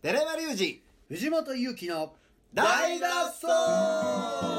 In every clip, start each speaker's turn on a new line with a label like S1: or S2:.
S1: 寺山隆
S2: 二藤本勇樹の
S1: 二大脱走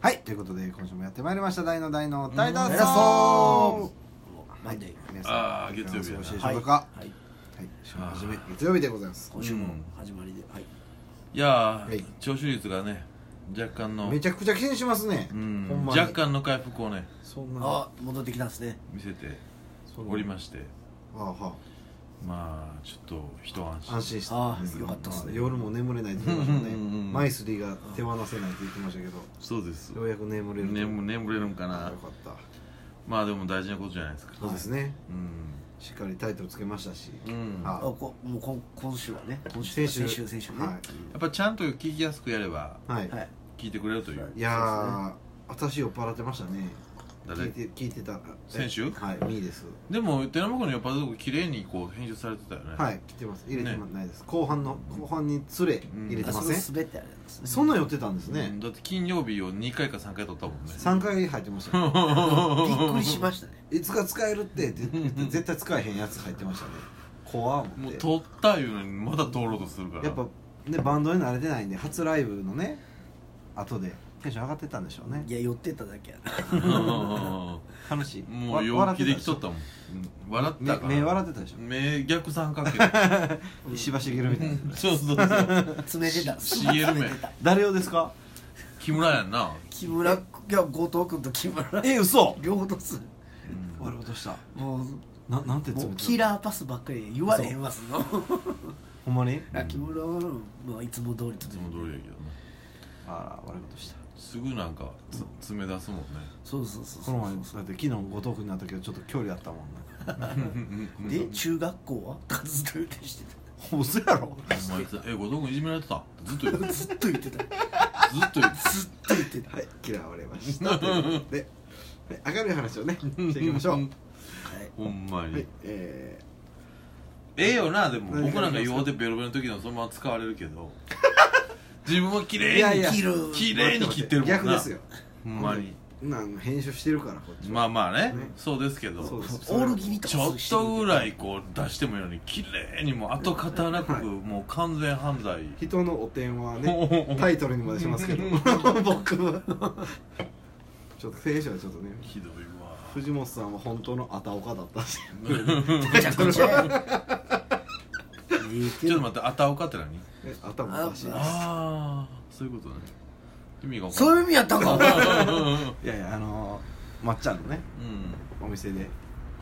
S1: はいということで今週もやってまいりました大の大の大脱走
S2: 大脱走
S1: は
S2: マ
S1: い
S2: ンデー
S1: 皆さ
S3: あー
S1: ん
S3: 月曜日やな
S1: お過ごしでし
S2: は
S1: ょ
S2: いう
S1: かは
S2: はい
S1: い週の初め月曜日でございます
S2: 今週も始まりで、はい
S3: いやー、
S1: はい
S3: 聴取率がね若干の
S1: めちゃくちゃ気にしますね
S3: うん
S1: ほんまに
S3: 若干の回復をね
S1: そんな
S2: あ戻ってきたんですね
S3: 見せて
S1: そう
S3: おりまして
S1: あは
S3: まあちょっと一安心
S1: 安心して
S2: あーよかったっすね
S1: まあ夜も眠れないって言ってましたね
S3: うんうんうん
S1: マイスリーが手放せないって言ってましたけど
S3: そうです
S1: ようやく眠れると
S3: 眠眠れるんか
S1: あ
S3: な
S1: ーよかった
S3: まあでも大事なことじゃないですか
S1: そうですね
S3: うん
S1: しっかりタイトルつけましたし
S3: うん
S1: は
S2: あこもうこん今週はね今週
S1: 先週
S2: 先週先週ね
S1: は
S3: やっぱちゃんと聞きやすくやれば
S1: いはい
S2: はい
S3: 聞いてくれるという、
S2: はい
S1: いやー私酔っ払ってましたね
S3: 誰
S1: 聞いて聞いてた
S3: 先週
S1: えはいミーです
S3: でも寺山君のやっぱどこ綺麗にこう編集されてたよね
S1: はい来てます入れてないです後半の後半につれ
S3: ん
S1: 入れて
S2: あ
S1: ま
S2: そ
S1: せ
S2: れ
S1: ん
S2: 滑ってあれなんですね
S1: そんなん酔ってたんです
S3: う
S1: ね
S3: んだって金曜日を2回か3回撮ったもんね
S1: 3回入ってましたね
S2: びっくりしましたね
S1: いつか使えるってって言って絶対使えへんやつ入ってましたね怖っ思
S3: も
S1: っ
S3: う
S1: て
S3: 撮ったいうのにまだ撮ろうとするから
S1: やっぱねバンドに慣れてないんで初ライブのね後でテンション上がってたんでしょう ね
S2: いや寄ってただけ やな
S3: も
S1: 楽しいう
S3: 陽気できとったもんうん笑ってたから
S1: 目目笑ってたでしょ
S3: 目逆三角 形
S1: 石橋茂みたいな
S3: そうそうそう
S2: 詰めてた
S3: し茂る目
S2: 詰めてた
S1: 誰用です か
S3: 木村やんな
S2: 木村いや後藤君と木村
S1: え嘘
S2: 両方とす
S1: 悪いことした
S2: もう
S1: ななんて
S2: も
S1: 詰
S2: う
S1: め
S2: キ
S1: てた
S2: ラーパスばっかり言われへんわその
S1: ほんまに
S2: あ木村はまあいつも通りと
S3: いつも通りやけどな
S1: あら悪いことした
S3: すぐなんかつ詰め出すもんね
S2: そうそうそう
S1: こ
S2: そ
S1: の
S2: う
S1: 前だって昨日ご豆腐になったけどちょっと距離あったもんね
S2: で中学校は とかずっと言ってして
S1: ほそやろ
S3: お前え後藤君いじめられてたずっと言 う
S2: たずっと言ってたずっ
S3: ずっと言う
S2: と言ってた
S1: はい嫌われましたということではい明るい話をねしていきましょう
S2: はい
S3: ほんまに、
S1: はいえ
S3: ええよなでも
S1: 何
S3: 僕なんか弱ってベロベロの時のそのまま使われるけ ど自分は綺
S1: ーいやい
S3: 麗
S1: や
S3: に
S2: 切る
S3: 綺
S1: 待
S3: 麗に切ってるもんな
S1: 待逆ですよ
S3: ほんまに
S1: なん編集してるからこっちは
S3: まあまあね
S1: ね
S3: そうですけど
S1: そうです
S2: オール気味と
S3: ち
S2: か
S3: ょっとぐ
S2: い
S3: らいこう出してもいいのに綺麗にもう跡形なく
S1: はい
S3: もう完全犯罪
S1: 人のお点はねタイトルにまでしますけど 僕はちょっと選手はちょっとね
S3: ひどいわ
S1: 藤本さんは本当のあたおかだったし
S2: めちゃくちゃやええけ
S3: ちょ
S2: ど
S3: っと待ってあたおかって何
S1: え頭おかしいです
S3: ああそういうことね意味が分か
S2: そ
S3: ん
S2: ういう
S3: ない
S2: 意味やったんか
S1: いやいやあのー、まっちゃんのね
S3: うん
S1: お店で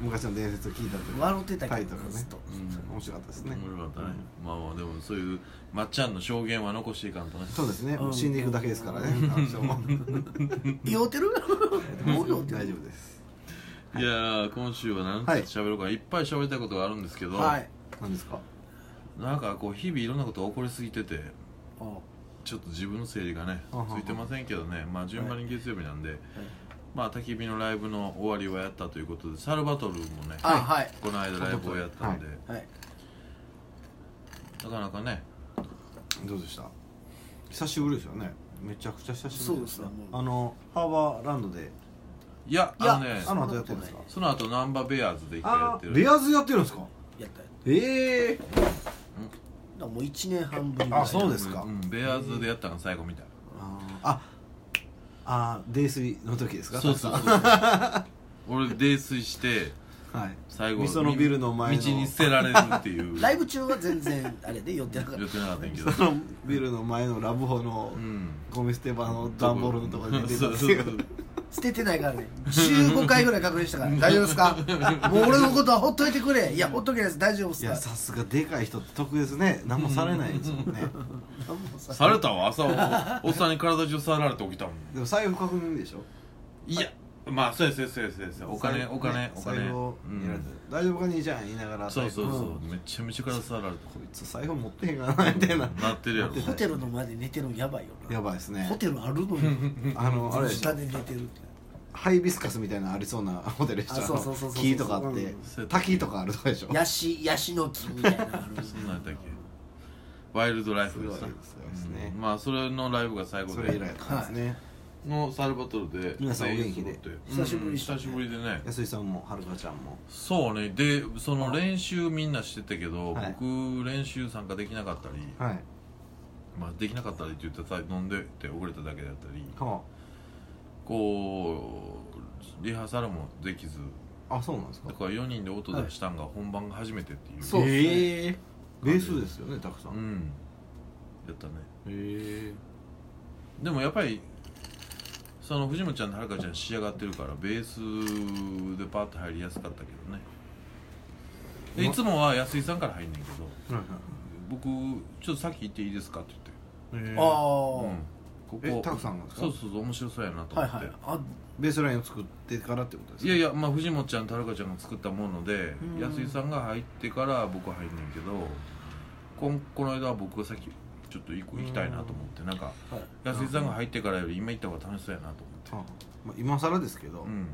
S1: 昔の伝説を聞いた時
S2: 笑ってた
S1: タ
S2: け
S1: イ
S2: ど
S1: トル
S2: な
S1: ね
S2: ずっと
S3: うん
S1: 面白かったですね
S3: 面白かったねまあまあでもそういうまっちゃんの証言は残していかんとね
S1: そうですね、
S2: うん
S1: もう死んでいくだけですからね、 あの人も
S2: 酔うてるもう酔うて
S1: 大丈
S2: る
S1: 夫です
S3: いやー今週は何
S1: はい
S3: つ喋ろうかいっぱい喋りたいことがあるんですけど
S2: はい
S1: 何ですか
S3: なんかこう日々いろんなことが起こりすぎてて
S2: ああ
S3: ちょっと自分の整理がね
S1: あはは
S3: ついてませんけどねまあ順番に月曜日なんで、まあ焚き火のライブの終わりはやったということでサルバトルもね
S2: あはい
S3: この間ライブをやったんで、
S1: は
S2: はい
S3: なかなかね
S1: どうでした久しぶりですよねめちゃくちゃ久しぶり
S2: そうですねもう
S1: あのハーバーランドで
S3: いや
S2: いや
S3: あのね
S1: あの後やってるんですか
S3: その後ナンバーベアーズで一回や
S1: あ
S3: って
S1: ー
S3: る
S1: ベアーズやってるんですか
S2: やったよ
S1: ええ
S2: だからもう1年半ぶりぐらい
S1: あそうですか
S3: うん、ベアーズでやったのが最後みたい
S1: ああデイスリーの時です
S3: な
S1: か
S3: そうそうそうそう俺泥酔して
S1: はい
S3: 最後
S1: 味噌のビルの前の
S3: 道に捨てられるってい う
S2: ライブ中は全然あれで寄ってなかった
S3: 言ってなかったんやけど
S1: そのビルの前のラブホの
S3: うん
S1: ゴミ捨て場の段ボールのとこに出て
S3: そ
S1: るん
S3: う
S1: で
S3: そ
S1: す
S3: う
S1: け
S3: そう
S1: ど
S2: 捨ててないからね15回ぐらい確認したから大丈夫ですかもう俺のことはほっといてくれいやほっとけないです大丈夫っ
S1: い
S2: すか
S1: やさすがでかい人って得ですね何もされないですよね
S2: なんもさ
S3: されたわ朝おおっさんに体中触られて起きたもん
S1: でも財布確認でしょ
S3: いやまあそうやそうやそうやそうやそうやお金
S1: 財布
S3: お金
S1: ね
S3: お金
S1: 財布を
S3: うん
S1: やられて大丈夫か兄ちゃん言いながら
S3: そうそう
S1: 財布
S3: そうめちゃめちゃ体触られて
S1: こいつ財布持ってへんかなみたいな
S3: なってるやろ
S2: ホテルの前で寝てるのやばいよな
S1: やばいです
S2: ホ
S1: ね
S2: テルあるのに
S1: あのあれでしょ
S2: 下で寝てるって
S1: ハイビスカスみたいなのありそうなホテルでし
S2: あそうそうそう
S1: ょ
S2: そう
S1: 木とかあって
S3: うん
S1: 滝とかあるとかでしょ
S2: ヤシヤシの木みたいなのある
S3: そんなんやったっけワイルドライ
S1: す
S3: フ
S1: ごい
S3: で
S1: です
S3: すな
S1: ね
S3: うんまあそれのライブが最後
S1: そ
S3: で
S1: れ以来だったんですね
S3: のサルバトルで
S1: 皆さんお元気で
S3: 全員
S2: 久
S3: 揃って
S2: しぶり
S3: うん
S2: でした
S3: 久しぶりでね
S1: 安井さんもはるかちゃんも
S3: そうねでその練習みんなしてたけど、
S1: はい
S3: 僕練習参加できなかったり、
S1: はい
S3: まあ、できなかったりって言ったらさ飲んでて遅れただけだったり
S1: は
S3: こうリハーサルもできず
S1: ああそうなんですか
S3: だから4人で音出したんが本番が初めてっていう、
S2: そうっすね
S1: ええベースですよねたくさん
S3: う
S1: へ
S3: んやったね
S1: え
S3: でもやっぱりその藤本ちゃんとはるかちゃん仕上がってるからベースでパッと入りやすかったけどねでいつもは安井さんから入んねんけど
S1: はい
S3: 僕ちょっとさっき行っていいですかって言って
S1: はい
S2: ああ、
S1: あ
S3: うん、ここ
S1: えタクさんがですか
S3: そうそうそう面白そうやなと思
S2: は
S3: っ
S2: い
S3: て、
S2: はいいあ
S1: ベースラインを作ってからってことですか
S3: やいやまあ藤本ちゃんとはるかちゃんが作ったもので
S2: うん
S3: 安井さんが入ってから僕入んねんけどこんこの間は僕がさっきちょっと一個行きたいなと思ってなんか
S2: はい
S3: 安井さんが入ってからより今行った方が楽しそうやなと思って
S1: あまあ今更ですけど、
S3: うん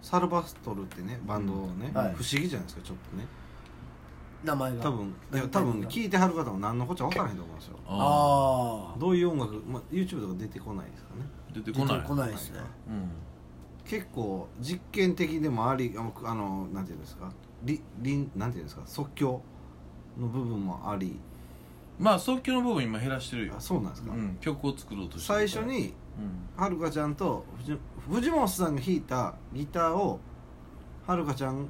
S1: サルバストルってねバンドをね、
S2: うんはい
S1: 不思議じゃないですかちょっとね
S2: 名前が
S1: 多分いや多分
S2: あ
S1: 聞いてはる方も何のこっちゃ分からへんと思うんですよ
S2: あ
S1: どういう音楽、まあ、YouTube とか出てこないですかね
S3: 出て
S2: 出
S3: こない
S2: てこないですね
S3: う
S1: 結構実験的でもありあのあのなんていうんですかりりんなんていうんですか即興の部分もあり
S3: んまあ即興の部分今減らしてるよ
S1: あ、そうなんですか、
S3: うん、曲を作ろうとして
S1: 最
S3: る
S1: 初に
S3: うん
S1: はるかちゃんと藤藤本さんが弾いたギターをはるかちゃん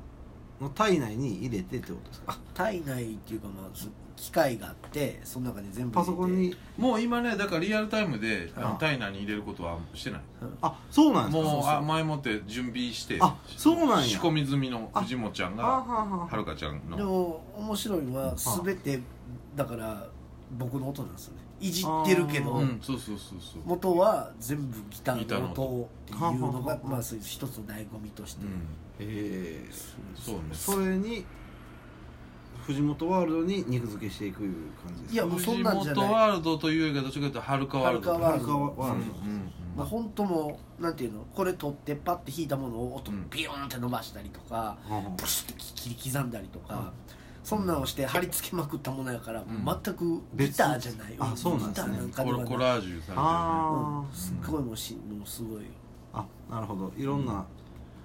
S1: の体内に入れてってことですか
S2: 体内っていうかまあす機械があってその中で全部
S1: パソコン
S2: 入れ
S1: に
S2: て
S3: もう今ねだからリアルタイムであ
S1: あ
S3: の体内に入れることはしてない
S1: あそうなんですか
S3: もう
S1: あ
S3: あ前もって準備して
S1: あそうなんや
S3: 仕込み済みの藤本ちゃん
S1: あは
S3: が
S1: は
S3: はるかちゃん
S2: で
S3: の
S2: も面白いのは全てだから僕の音なんですよねいじってるけど、
S1: あ
S3: うんそうそうそうそう
S2: 元は全部ギタ
S3: ギタ
S2: ー
S3: ー
S2: の
S3: の
S2: 音
S3: 音
S2: っていう
S1: は
S2: の
S1: んはんは
S2: が
S1: んはん
S2: まあそういう一つの醍醐味として、
S3: うん
S1: え
S3: そうね
S1: えそれに藤本ワールドに肉付けしていくいう感じですか
S2: いやもうそん
S3: 藤
S2: なんじゃない
S3: 本ワールドというよりかどっちかというとはるかワールド
S2: はる
S1: はるかワ
S3: う
S1: ール
S3: んうんうん
S2: まあ本当もうなんていうのこれ取ってパッて弾いたものを音
S3: うん
S2: ビヨーンって伸ばしたりとか、
S1: ドはんはん
S2: ブシッて切り刻んだりとか、そんなんをして貼り付けまくったものやから、
S3: ん
S2: 全くギターじゃない
S1: 別あそうなんですね
S2: ギターなんかでは
S3: コラ
S2: ない
S3: コラージュされてるね
S1: あ
S2: うんすっごいもうしもうすごいよ
S1: ああなるほどいろんな、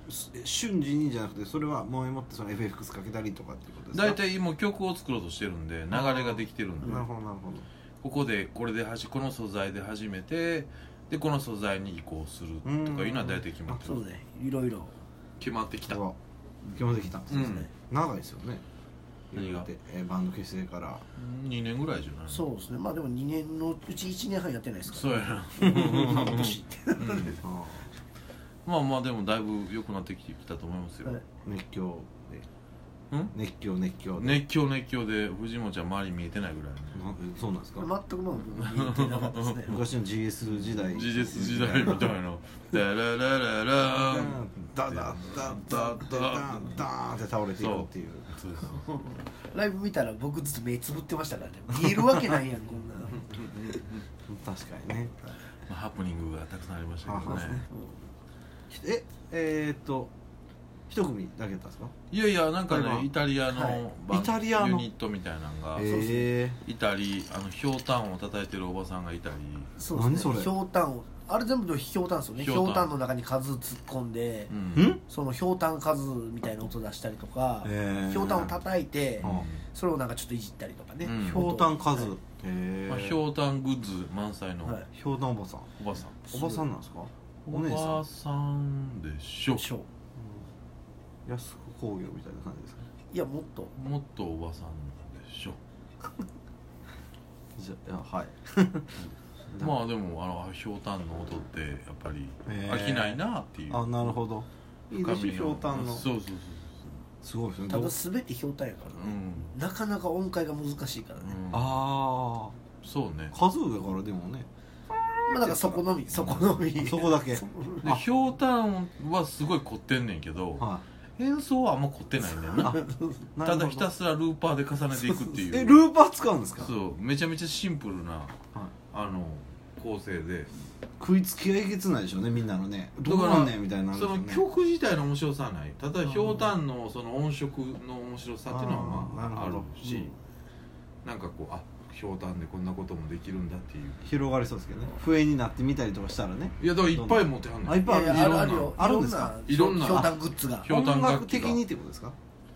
S1: す瞬時にじゃなくてそれは前もってその FFX かけたりとかっていうことですか
S3: 大体もう曲を作ろうとしてるんで流れができてるんで
S1: なるほどなるほど
S3: ここでこれではじこの素材で始めてでこの素材に移行するとかいうのは大体決まって
S2: そう
S3: る
S2: ねいろいろ
S3: 決まってきた
S1: うわ決まってきたんですね、
S3: うん
S1: 長いですよね
S3: 何が
S1: 言うてえーバンド結成から
S3: 2年ぐらいじゃない
S2: そうですねまあでも2年のうち1年半やってないですか
S3: そう
S2: ら
S3: やな
S2: 半年って
S1: あ
S3: まあまあでもだいぶ良くなってきてきたと思いますよ、
S2: はい
S1: ー熱狂で
S3: うん
S1: 熱狂熱狂で、
S3: 熱狂熱狂で藤本ちゃん周り見えてないぐらいね
S1: なえそうなんですか、
S2: 全くまあ僕見えてなかったですね
S1: 昔の GS 時代
S3: GS 時代みたいな「ダララララーン
S1: ダダダダダダダーンって倒れていくっていう
S3: そうそう
S2: ライブ見たら僕ずっと目つぶってましたからね見えるわけないやんこんなの、
S1: 確かにね
S3: まあハプニングがたくさんありましたけど
S1: あそうです
S3: ね
S1: ええー、っと一組だけだったんですか
S3: いやいやなんか
S1: これは
S3: ねイタリア
S2: はい
S3: のバン
S1: イタリアの
S3: ユニットみたいなのが
S2: うですね
S1: え
S3: いたりあのひょうたんを叩いてるおばさんがいたり
S2: そうですね
S1: 何それ
S2: ひょうたんをあれ全部のひょうたんですよねひ
S3: ひ
S2: ょ
S3: ょ
S2: う
S3: う
S2: た
S3: たん
S2: んの中に数突っ込んで、
S3: うん
S1: ー、ん
S2: そのひょうたん数みたいな音出したりとか、
S1: えー
S2: ひょうたんを叩いて、
S1: うん
S2: それをなんかちょっといじったりとかね、
S3: うん
S1: ひょうたん数
S2: は
S1: へえ
S3: まあ、ひょうたんグッズ満載の
S2: はい
S1: ひょうたんおばさん
S3: おばさん、
S1: おばさんなんですかお
S3: お
S1: 姉さん
S3: ばさんでしょ
S2: い、ショー
S1: 安子工業みたいな感じですか
S2: いやもっと
S3: もっとおばさんでしょ
S1: じゃいやはい
S3: まあでもあのひょうたんの音ってやっぱり
S1: えー
S3: 飽きないなっていう、
S1: あなるほどいいで
S3: 深
S1: すょ
S3: み
S1: ひょうたんの
S3: そうそうそう
S1: すごいですね
S2: た
S1: ど
S2: だ
S1: う
S2: 全てひょうたんやから
S3: そう
S2: ね、なかなか音階が難しいからね、
S3: うん、うん、
S1: あ
S3: そうね
S1: あ数だからでもね
S2: まあだからそこのみそこのみ
S1: そこだけ
S3: でひょうたんはすごい凝ってんねんけど
S1: は
S3: 演奏はあんま凝ってないねん だよな
S1: なる
S3: た
S1: ほど
S3: だひたすらルーパーで重ねていくっていう
S1: えルーパー使うんですか
S3: そうめちゃめちゃシンプルな
S1: はい
S3: あの構成で
S1: 食いつきがいけつないでしょうねみんなのねどうなんねんみたいになるんで
S3: そ
S1: しょう
S3: の
S1: ね
S3: 曲自体の面白さはないただひょうたんのその音色の面白さっていうのはま
S1: あー
S3: あ
S1: な
S3: あ
S1: るほ
S3: る
S1: ど
S3: しなんかこうあひょうたんでこんなこともできるんだっていう
S1: 広がりそうですけどね笛になってみたりとかしたらね
S3: いやだからいっぱい持ってはん
S1: あい
S3: ね
S1: っ
S3: ん
S1: ぱい
S2: いやいや
S1: ある
S2: あ
S1: い
S2: る
S1: ろん
S2: よ
S1: なあるんですか
S3: いろんな
S2: ひょうたんグッズが
S3: ひょう
S1: 音
S3: たん楽器が
S1: 楽的にってことですか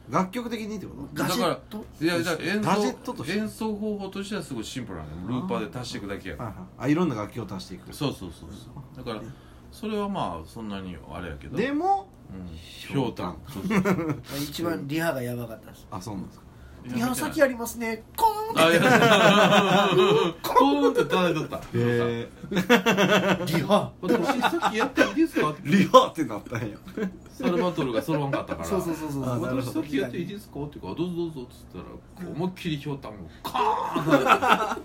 S1: 楽曲的にってこと
S2: ガジェット
S3: いやだから演
S1: ガジェットと
S3: 奏
S1: して
S3: 演奏方法としてはすごいシンプルなんだよルーパーで足していくだけや
S1: はいはいあいろんな楽器を足していく
S3: そうそうそうそうだからそれはまあそんなにあれやけど
S1: でも
S3: うんひ
S1: ひ
S3: ょ
S1: ょ
S3: う
S1: う
S3: た
S1: た
S3: ん
S1: ん
S3: そうそうそう
S2: 一番リハがやばかったです
S1: あそうなんですか
S2: リハ先ありますねコーンっ
S3: あいや コーンって叩いとった
S1: へえ
S2: てリハ
S3: 私さっきやっていいですか
S1: リハってなったんや
S3: サルバトルが揃わんかったから
S2: そうそうそうそう
S1: あなる
S3: 私
S1: ほ
S3: さ
S1: ど
S3: っきやっていいですかって言うから「どうぞどうぞ」っつったらこう思いっきりひょうたんをカーン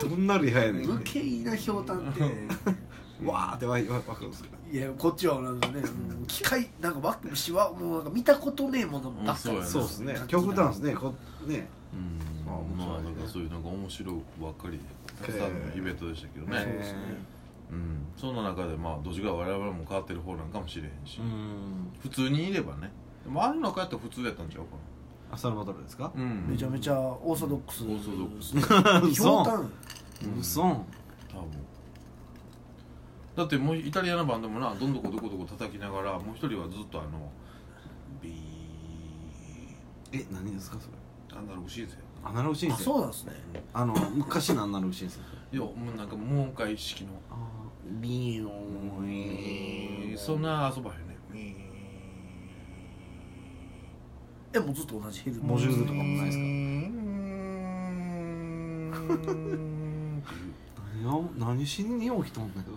S1: どんなリハやねん
S2: ウケいいなひょうたんって
S1: わーってわいわわかるんですか
S2: いやこっちはなんかねもう機械なんかワックしはもうなんか見たことねえものばっかり
S3: そうやな
S1: そうですね極端ですねこね
S3: うん
S1: あ面白いね
S3: まあなんかそういうなんか面白いばっかりでたくさんのイベントでしたけど
S1: そう
S3: ね
S1: ですね
S3: うんそんな中でまあどっちが我々も変わってる方なんかもしれへんし
S1: うん
S3: 普通にいればねでもああいうのかやったら普通やったんちゃうか
S1: アサルバトルですか
S3: なうん
S2: めちゃめちゃオーソドックス
S3: オーソドックス
S2: クひょうたん
S3: うん
S1: うそん
S3: 多分だってもうイタリアのバンドもなどんどこどこどこ叩きながらもう一人はずっとあのビ
S1: え何ですかそれ
S3: ーアナログシーズや
S1: アナログシン
S2: あ
S1: セ
S2: そうなんですね
S1: あの昔のアナログシンセ
S3: いやもうなんか無音階式の
S1: あービヨーン
S3: そんな遊ばへんね
S2: えもうずっと同じヘル
S1: モジュールとかもないですか
S3: い
S1: 何を何しに起きとんだけど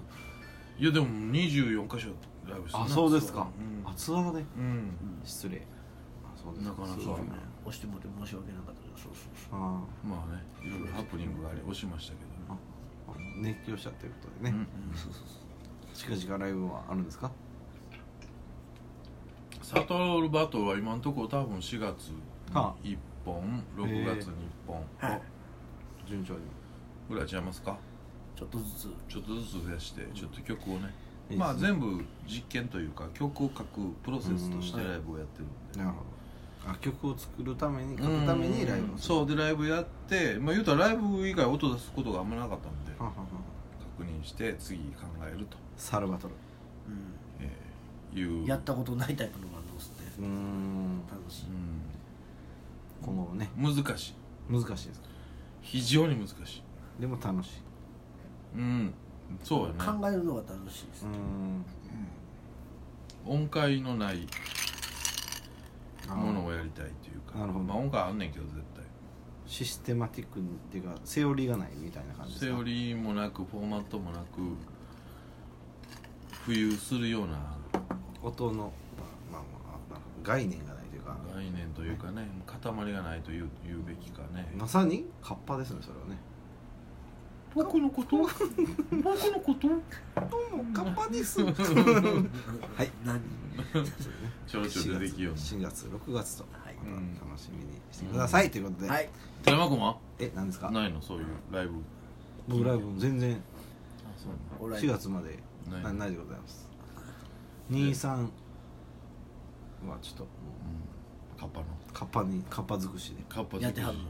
S3: やでも24箇所ライブして
S1: あそうですか
S3: うん
S1: あツアーで
S3: うん
S1: 失礼あそうです
S3: なかなか
S1: そうね
S2: 押してもらって申し訳なかったけどそうそうそう
S1: あ
S3: まあねいろいろハプニングがあり押しましたけ
S1: あ
S3: ど
S1: あ熱狂したということで
S3: ね
S1: ね
S3: うん
S2: そうそうそう
S1: 近々ライブはあるんですか
S3: サトルバトルは今のところ多分4月に
S1: はあ
S3: 1本6月に1本
S2: はい
S1: 順調に
S3: ぐらいちゃいますか
S2: ちょっとずつ
S3: ちょっとずつ増やしてちょっと曲をね
S1: いいですね
S3: まあ全部実験というか曲を書くプロセスとして
S1: うん
S3: ライブをやってるんで
S1: なるほどあ曲を作るために書くためにライブをする
S3: そうでライブやってまあ言うたらライブ以外音出すことがあんまなかったんで
S1: はははは
S3: 確認して次考えると、
S1: サルバトル
S2: う
S3: えーい
S2: ん
S3: う
S2: やったことないタイプのバンドですね
S1: うーん
S2: 楽しい
S1: 今後もね
S3: うん難しい
S1: 難しいです
S3: 非常に難しい
S1: でも楽しい
S3: うんそうやね
S2: 考えるのが楽しいです
S1: うーん
S3: 音階のない
S1: あ
S3: ものをやりたいというか
S1: なるほど
S3: まあ、音階あんねんけど絶対
S1: システマティックにっていうかセオリーがないみたいな感じです
S3: セ
S1: か
S3: オリーもなくフォーマットもなく浮遊するような
S1: 音の、まあまあまあ、概念がないというか
S3: 概念というかね塊がないという言うべきかね
S1: まさにカッパですねそれはね
S3: 僕のこと僕のこと
S1: どうもカッパです 4
S2: はい何
S3: ちょろちょろ出てきよう
S1: 月4月6月と
S2: はい
S1: また楽しみにしてください、ということで、
S2: はい
S3: 寺山君は
S1: え何ですか
S3: ないのそういうライブ
S1: 僕ライブも全然
S3: あそう
S2: オーライ
S1: 4月まで
S3: な
S1: な
S3: のない
S1: ないでございます23はちょっとも
S3: うんカッパの
S1: うカッパにカッパ尽くしで
S3: カッパ
S2: や
S3: 寿
S2: ってはるの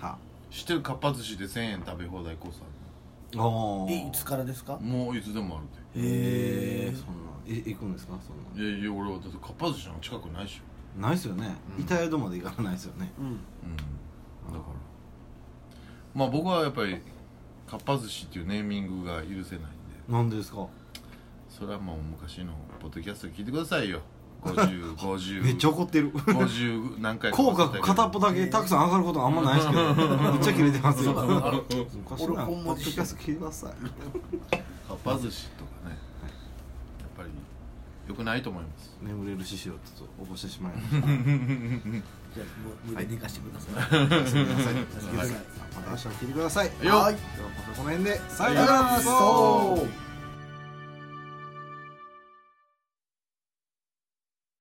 S1: は
S3: 司知ってるかっぱ寿司で1000円食べ放題コース
S1: お
S2: えいつからですか
S3: あるもういつでもある
S1: へえそんなえ行くんですかそん
S3: でいやいや俺はだってかっぱ寿司の近くないでしょ
S1: なないですよね
S3: うん
S1: イタリアドまで行かないですよね
S2: うん
S3: うんだからまあ僕はやっぱりかっぱ寿司っていうネーミングが許せないんで
S1: なんでですか
S3: それはもう昔のポッドキャスト聞いてくださいよ5050 50
S1: めっちゃ怒ってる
S3: 50何回か
S1: 口角片っぽだけたくさん上がることあんまないですけどめっちゃ切れてますよ
S2: そう なの
S1: 昔な
S2: 俺
S1: ポ
S2: ほ
S1: ッ
S2: ん
S1: ド
S2: ま
S1: キ
S2: に
S1: ャスト聞いてください
S3: かっぱ寿司とかねやっぱり良くないと思います
S1: 眠れる獅子をちょっと起こしてしまいまし
S2: じゃあもう無理寝かしてください
S1: た すみません
S2: 寝かしてください
S1: また明日も聞いてください
S3: よ
S1: ではまたこの辺でさよ
S2: あ
S1: うなら
S2: そう